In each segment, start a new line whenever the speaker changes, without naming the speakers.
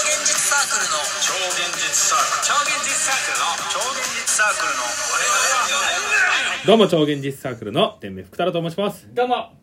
ークルの
超現実サーク
超現実サークルの
ル超現実サークルの
どうも超現実サークルの天命福太郎と申します
どうも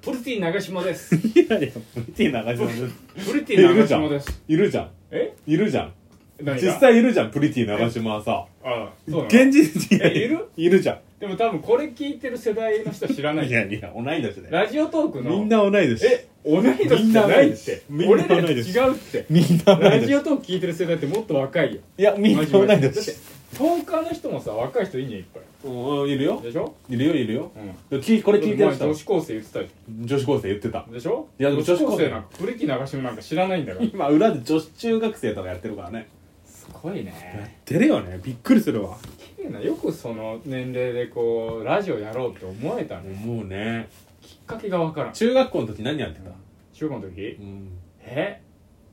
プルティ長島です
いやいやプリティ長島です
プルテ
い
ィ
る
長
じゃ
島
ん
です
いるじゃん
え
いるじゃん
何が
実際いるじゃんプリティ長島はさ
ああそうなの
現実に
えいる
いるじゃ
でも多分これ聞いてる世代の人知らなんい
いやいや同い年だよ
ラジオトークの
みんな同い年
え同い年じゃないって
みんな同い
俺
年
らと違うって
みんな同い
ラジ
年
オトーク聞いてる世代ってもっと若いよ
いやみんな
マジマ
同
ジ
い
だって
年
トーカーの人もさ若い人いんじゃんいっぱ
うんいるよ
いでしょ
いるよいるよ
うん
きこれ聞いてる人
女子高生言ってたでし
女子高生言ってた
ょでしょ
いやでも女子
女子
高
高
生
生なんかプルティ長島なんか知らないんだから
今裏で女子中学生とかやってるからね
すごいね
出るよねびっくりするわ
綺麗なよくその年齢でこうラジオやろうって思えたね
もうね
きっかけがわからん
中学校の時何やってた
中学の時
うん
え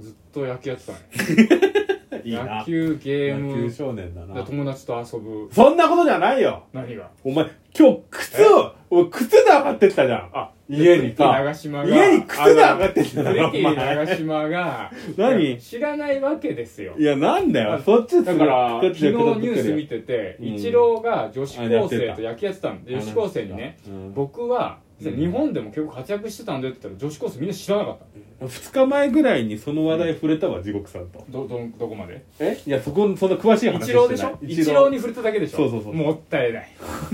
ずっと野球やってたね
いいな
野球ゲー
野球
ム
少年だな
友達と遊ぶ
そんなことじゃないよ
何が
お前今日靴をお前靴で上がってったじゃん
あ
家に
プリティ
か
長島が
家に靴で上がってった
あ
だ
の
ろ
プ
お
リテ
前
ィ長島が
何
いや知らないわけですよ
いやなんだよそっちす
だから
そっ
昨
ち
日
で
ニュ
下ってくる
ース見てて
うん
イチローが女子
あや
高
って
生
た
と野球やってたんで女子高生にね
うん
僕は
うん
日本でも結構活躍してたんだよって言ったら女子高生みんな知らなかった
二日前ぐらいにその話題触れたわ地獄さんと
どどどこまで
えいやそこそんな詳しい
イ
話
チ
して
ロ
な
ーでしょ
い
イチローに触れただけでしょ
そうそうそう
もったいない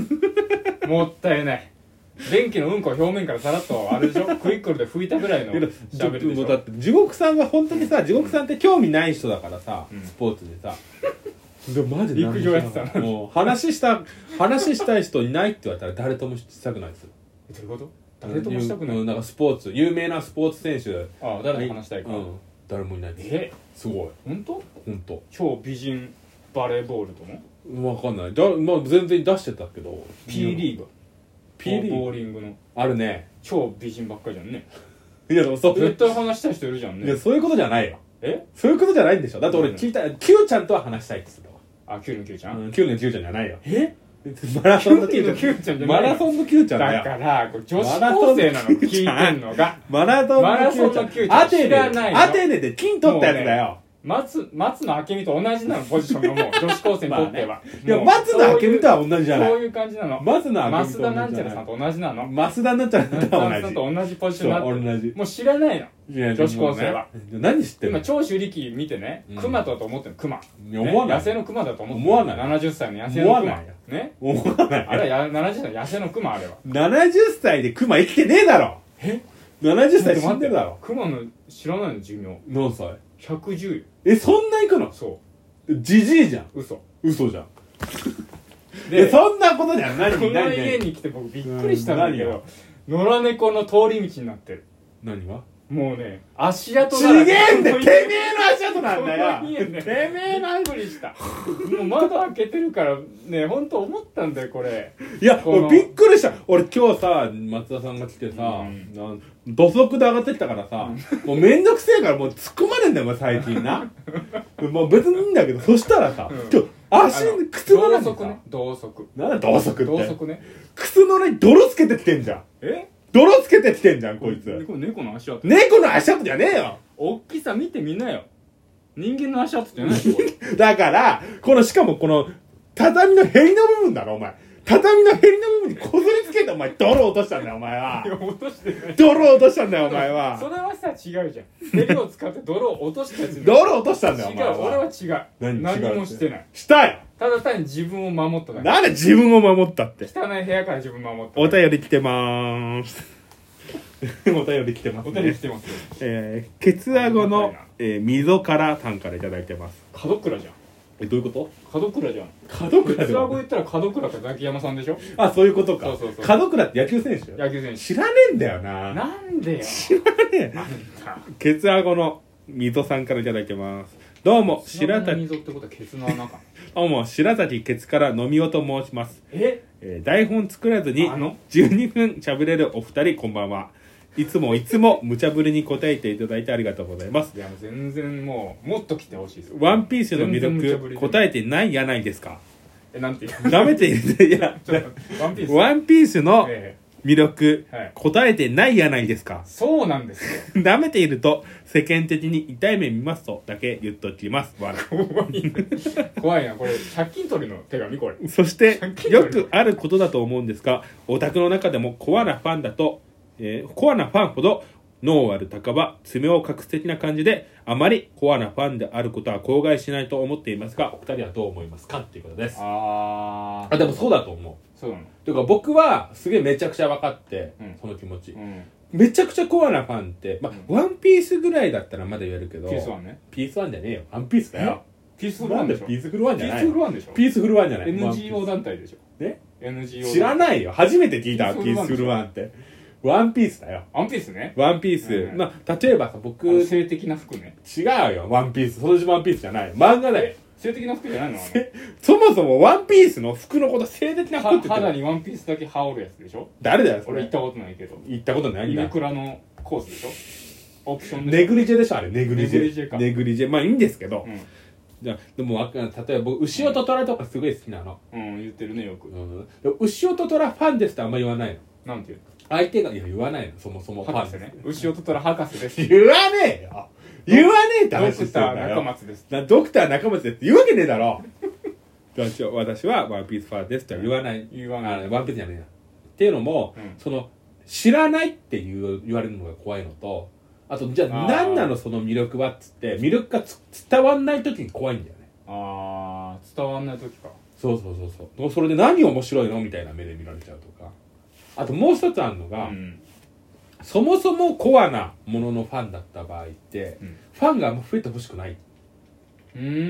もったいない電気のうんこを表面からさらっとあれ でしょクイックルで拭いたぐらいの
けど
喋りでし
もう
ょ
だって地獄さんが本当にさ地獄さんって興味ない人だからさ、
うん
スポーツで さでマジで
陸上やってたの
もう話した話したい人いないって言われたら誰ともしたくないですよ
えどういうこと誰ともしたくな
うん
い
なんかスポーツ有名なスポーツ選手
ああ誰と話したいか
うん、誰もいないです
え
すごい
本当
本当
超美人バレーボールとも
わかんないだ、まあ、全然出してたけど
P リーグ
P リーグ
ボーリングの
あるね
超美人ばっかりじゃんね
いやでもそう
絶対話したい人いるじゃん
いや
ね
そういうことじゃないよ
え
そういうことじゃないんでしょだって俺
うん
聞いた Q ちゃんとは話したいって言って
あキュウリのキュウちゃ
たわ、
ん
うん、Q の Q ちゃんじゃないよ
え
マラ
キ
ソン
ュウ
の Q
リ
ち
の
ゃん
キュウちゃんじゃな
マ
い
ラソンの Q ちゃんだ
だ
よ
からこれ女子高生なの聞いてんのが
マラソン
マラソンの Q ちゃん
アテ
知らない
ネ
の
アテネで金取ったやつだよ、
松松野明美と同じなのポジション がもう女子高生にとっては、
いや
もう
松野明美とは同じじゃない
そういう感じなの
松野明美と
増
同
田
じじゃ
な
ない
んちゃらさんと同じなの
増田なんちゃら
増
と
田
は同
なんちゃらさん
じ
と同じポジショ
そ
ンに
う
なっ
同じ
てもう知らないの
いや
女子高生は
もうね何知ってん
今
の
長州力見てね
うん
熊だと思ってる熊、
いや
ね
思わない
野生の熊だと思って
思わない
70歳の野生の熊
思わないよ
ね
思わない
あれはや70歳の野生の熊あれは
70歳でクマ生きてねえだろ
え
70歳死んでるだろ
熊の知らないの寿命
何歳
110よ
えそんな行くの
そ
じじいじゃん
う嘘
嘘じゃんえ
で
そんなことじゃん何
この
何
家に来て僕びっくりしたんだけ
うん何
ど野良猫の通り道になってる
何が
もうね足跡
ち
だら
げえんだよ
こ
てめ
の家
えの足跡なんだ
この
よ
家ねてめえびっくりしたもう窓開けてるからね本当思ったんだよこれ
いや
この
俺びっくりした俺今日さ松田さんが来てさ、
うん
なん土足で上がってきたからさ、もうめんどくせえからもう突っ込まれんだよもう最近 なもう別にいいんだけどそしたらさ、
うん
今日足
あの
靴の中
同
に
足
さ、
ね同足
なんだ同足って
同足ね
靴の裏に泥つけてきてんじゃん
え
泥つけてきてんじゃんこ
こ
いつ
れ猫の足跡
猫の足跡じゃねえよ
大きさ見てみなよ人間の足跡じゃないよこれ
だからこのしかもこの畳のへりの部分だろお前畳のへりの部分にこすりつけてお前泥落としたんだよお前はい
や落としてない
泥落としたんだよお前
そ
は
れはさ違うじゃんヘリを使って泥を落としたやつに
泥落としたんだよお
違
前
う俺は
は
違う
何違う
もしてない
したよ
ただ単に自分を守っただけ
なんで自分を守ったって
汚い部屋から自分を守った
お
だけ
便り来てまー すお便り来てます
お便り
ね
来てますよ
えーケツアゴ
あ
の
りがたいな、
えー、溝からさんからいただいてます
門倉じゃん
えどういうこと
門倉じゃん
角倉
鉄
で
ア
は
ゴ言ったら門倉かザキヤマさんでしょ
あそういうことか
そうそうそう
角倉って野球選手
野球選
知らねえんだよな
手なんでよあんた
ケツアゴの溝さんからいただいてますどうも白
砂の
滝
溝ってことはケツの穴か
どうも白滝ケツから飲みおと申します、
え
えー台本作らずに
あの
12分喋れるお二人こんばんはいつもいつも無茶ぶりに答えていただいてありがとうございます
いやもう全然もうもっと来てほしいです
ワンピースの魅力答
え
えてないやないですか
えなんて言う
舐めているいや
ちょっとワンピース
ワンピースの
え
魅力、
はい
答えてないやないですか。
そうなんです
舐めていると、世間的に痛い目見ますとだけ言っときます。わら
よ怖いな怖いなこれ借金取りの手紙これ
そして
借金、取
よ
る
くあることだと思うんですが、オタクの中でもコアなファンだと、えーコアなファンほど、ノーアル高は爪を隠す的な感じで、あまりコアなファンであることは口外しないと思っていますが、お二人はどう思いますかっていうことです。
あ
あ、でもそうだと思う。
そうなの
というか僕はすげえめちゃくちゃ分かって、
うん
その気持ち、
うん
めちゃくちゃコアなファンって、まあワンピースぐらいだったらまだ言えるけど
ピースワンね
ピースワンじゃねえよワンピースだよ
ピースフル
な
ワ
ん
ン
で
でしょ
ピースフルワンじ
ピ
ゃ
ー
な
ス
い
フルワンでしょ
ピースフルワンじゃない
NGO
ワン
団体でしょ
ピースね
NGO
知ら
い
ないよ初めて聞いたピ
ピ
ー
ー
ス
ス
フ
フ
ル
ル
ワ
ワ
ン
ン
ってワンピースだよ
ワンピースね
ワンピース、
うん
まあ例えばさ僕
あの
違
性的な服ね
うよワンピースそのうちワンピースじゃない漫画だよ
性的な服じゃないのあの
そもそもワンピースの服のこと性的な服って
は
言って
肌
る
にワンピースだけ羽織るやつでしょ
誰だよそ
俺行
れ
ったことないけど
行ったことないん
ユ
だ
ニクラのコースでしょオプション
ネ
でしょ
グリジェでしょあれネグリジェ
ネグリジェか
ネグリジェまあいいんですけど、
うん
じゃあでもわかん例えば僕牛尾と虎とかすごい好きなの、
うん言ってるねよく
うん、でも牛尾と虎ファンですってあんま言わないの
なんていう
相手がいや言わないのそもそもファン
博士ね牛を取ったら博士です
言わねえよ言わねえって
ド
話
ク
して
タ
ん
ー
だ
中
よ
松です
なドクター中松ですって言うわけねえだろ 私は私はワンピースファンですって言わない
言わない
あワンピースじゃねえなっていうのも、
うん
その知らないっていう言われるのが怖いのとあとじゃあ
あー
何なのその魅力はっつって魅力がつ伝わんない時に怖いんだよね
あー伝わんない時か
そうそうそうそうもうそれで何面白いのみたいな目で見られちゃうとかあともう一つあるの
う
が、
ん
そもそもコアなもののファンだった場合って、
うん
ファンがあんま増えてほしくない、
うー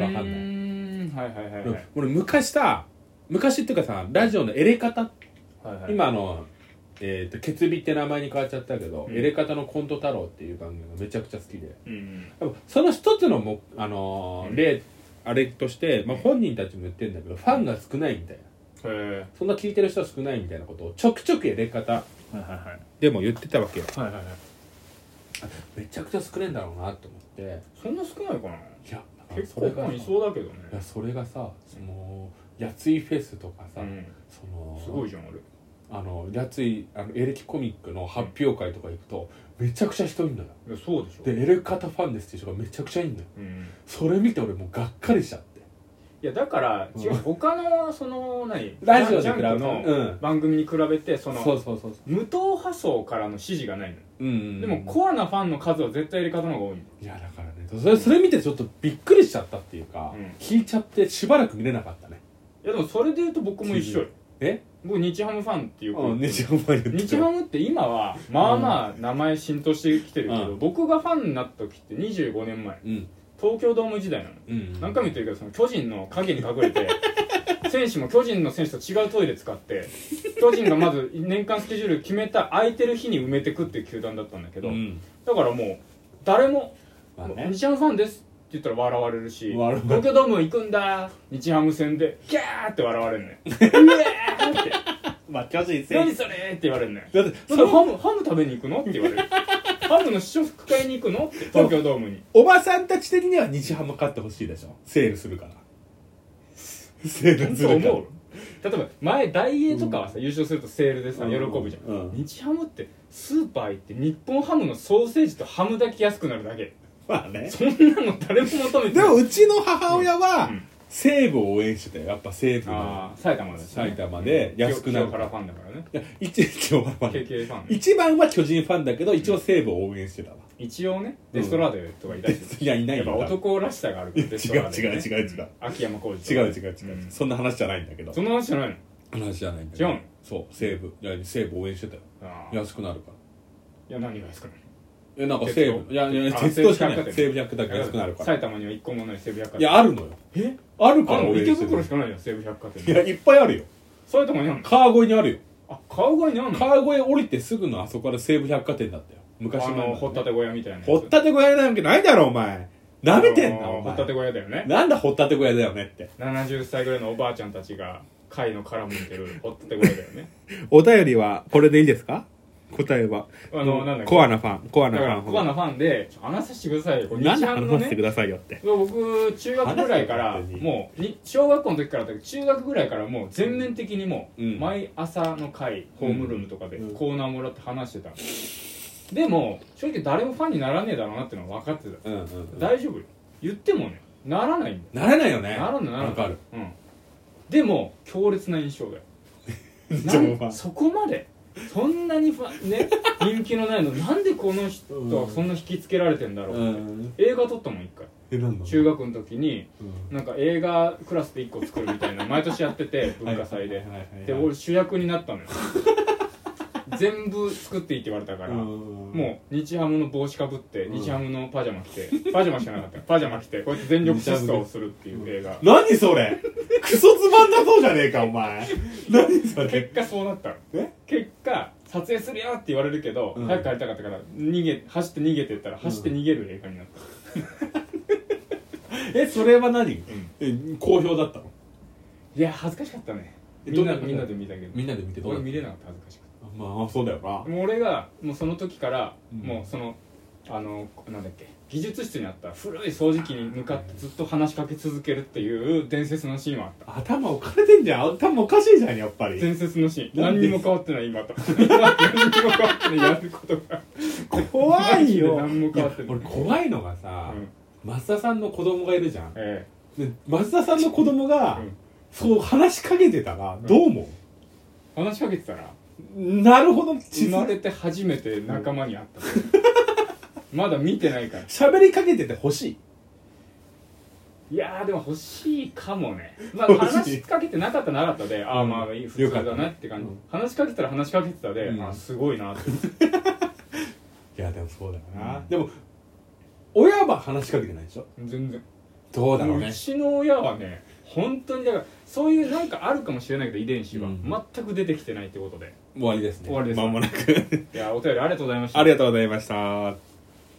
ん
わか
はいはいはいはい
俺昔さ昔っていうかさラジオのエレカタ
はいはい
今あの、えー、とケツビって名前に変わっちゃったけど、
うん
エレカタのコント太郎っていう番組がめちゃくちゃ好きで
うん
やっぱその一つのも、あのー
うん
例あれとして、まあ、本人たちも言ってるんだけどファンが少ないみたいな
へえ
そんな聞いてる人は少ないみたいなことをちょくちょくエレカタ
はいはいはい
でも言ってたわけよ
はいはいはい
めちゃくちゃ少ないんだろうなと思ってい
そんな少ないかな
や
結
そ
構
れが
ファンいそうだけど
いや
ね
それがさそのやついフェスとかさ、
うん
その
すごいじゃん俺
あのやついあのエレキコミックの発表会とか行くと、めちゃくちゃ人いるんだよ
いやそうでしょ
でエレカタファンですっていう人がめちゃくちゃいいんだよ
うん
それ見て俺もうがっかりしちゃって
いやだから
うん
違う他のその何
ラジオで
ジ
比べ
ャン
た
ク
う
の
ん
番組に比べて
そ
その
うそうそうそ
無党派層からの支持がないの
ううん
でもコアなファンの数は絶対入れ方の方が多いの
いやだからねそれそれ見てちょっとびっくりしちゃったっていうか、
うん
聞いちゃってしばらく見れなかったね
いやでもそれで言うと僕も一緒よ
え
僕日ハムファンっていう
うん日
日
ハムは言って
ハムって今はまあまあ名前浸透してきてるけ
う
ど僕がファンになった時って25年前
うん
東京ドーム時代なの
うん
何回も言ってるけどその巨人の影に隠 れて選手も巨人の選手と違うトイレ使って巨人がまず年間スケジュール決めた空いてる日に埋めてくっていう球団だったんだけど、
うん
だからもう誰も
まあ
「
ね
日ハムファンです」って言ったら笑われるし
笑われる
東京ドーム行くんだ日ハム戦でギャーって笑われ るのようえーって
まあ巨人
「何それ!」って言われるのよ
だってそ
それ
の
ハムハム食べに行くのって言 われるハムの試食会に行くのって東京ドームに
おばさんたち的には日ハム買ってほしいでしょセールするからセールす
そう
るから
思う例えば前大英とかはさ、優勝するとセールでさ、
うん
喜ぶじゃん、
うん
日ハムってスーパー行って日本ハムのソーセージとハムだけ安くなるだけ
まあね
そんなの誰も求めて
で
ない
もうちの母親は
うん
西武を応援してたよやっぱ西武の
ああ埼玉です、
埼玉で安くなる
清原ファンだからね
いや一一応まあ
KK ファン
一番は巨人ファンだけど一応西武を応援してたわ
一応ねデストラーデとかいたし、
いやいない
や
よ
っぱ
多分
男らしさがあるからデスト
違う
ラーデ、
違
ね、
う違う違う違う
秋山浩二と
違
か
う違う違う、
ん
そんな話じゃないんだけど
そんな話じゃないの
話じゃないんだ
違うの
そう西武いや西武応援してたよ
ああい
安くなるから
や何が安くなる
えなんか
鉄
西
道
武いやいや
あ
鉄道じゃな
西
い
武百貨店
西武百貨店が安くなるから
埼玉には一個もない西武百貨
い
店
やあるのよ
え
あるか
あ
ら
の
応援
池
して
袋
る
しかないじゃん西武百貨店
いやいっぱいあるよ
埼玉にあるの
川越にあるよ
あ川越にあるの
川越降りてすぐのあそこから西武百貨店だったよ昔
あ
の
の掘ったて小屋みたいなやつ
ほったて小屋なんてないだろお前なめてん
あ
な
の
お
ー掘ったて
前
小屋だよね
なんだほったて小屋だよねって
70歳ぐらいのおばあち ゃんたちが貝の殻むいてる掘ったて小屋だよね
お便りはこれでいいですか答えは
あのなんだっけ
コアなファンコア
だ
な
か
フ
ら
ァンほ
コ
ど
アなファンでちょ話させてくださいよこれ
なん
日
で
ハム
話さ
の
せてく
ね
ださいよって
僕中学ぐらいから
話せよ
もうに小学校の時からだけど中学ぐらいからもう全面的にもう
うん
毎朝の会ホームルームとかで
うん
コーナーもらって話してたでも正直誰もファンにならねえだろうなってのは分かってた
うんうん
大丈夫よ言ってもねならないんだよ
ならないよね
ならないならない
わかる
うんでも強烈な印象だよ
情
なん
報
そこまでそんなにファ ンね人気のないのなんでこの人はそんな引きつけられてんだろう、
ん
映画撮ったもん一回
えなんだ
中学の時に
うん
なんか映画クラスで1個作るみた いな毎年やってて文化祭
は
で
いはいはいはい
で俺主役になったのよ全部作っていいって言われたから、
うん
もう日ハムの帽子かぶって、
うん
日ハムのパジャマ着てパジャマしかなかったよパジャマ着てこうやって全力疾走をするっていう映画、
何それ クソつまんなそうじゃねえかお前何そ
結
れ
果そうなったの
え
結果撮影するよって言われるけど、
うん
早く帰りたかったから逃げ走って逃げてったら走って逃げる映画になった、
えそれは何
ん
え好評だったの
いや恥ずかしかったね
え
みんな
どんな
みんなで見たけど
みんなで見てどう
俺
だっ
見れなかった恥ずかしかった
まあそうだよな
たもう俺がもうその時から、
うん
もうそのあのなんだっけ技術室にあった古い掃除機に向かってずっと話しかけ続けるっていう伝説のシーンはあった
頭おかれてんじゃん頭おかしいじゃんやっぱり
伝説のシーン
なん
何
で
にも変わってない今と今何にも変わってないやることが
怖いよ
マジで何も変わってない
いや俺怖いのがさ
うん
増田さんの子供がいるじゃん
え
で増田さんの子供が
うん
そう話しかけてたらどう思
え話しかけてたら
うなるほど
生
地
ま
図
れて初めて仲間に会 った、まだ見てないから
喋りかけててほしい
いやーでも欲しいかもねまあ
欲しい
話しかけてなかったらなかったでああまあいい普通だ
よかった
な
ね
って感じ、
うん
話しかけてたら話しかけてたで、
うん
あすごいなって
いやでもそうだよ
う
なんでも親は話しかけてないでしょ
全然
どうだろう
もう
ね
ちの親はね本当にだからそういうなんかあるかもしれないけど遺伝子は、
うん
全く出てきてないってことで
終わりですね
終わりです
間もなく
いやーお便りありがとうございました
ありがとうございました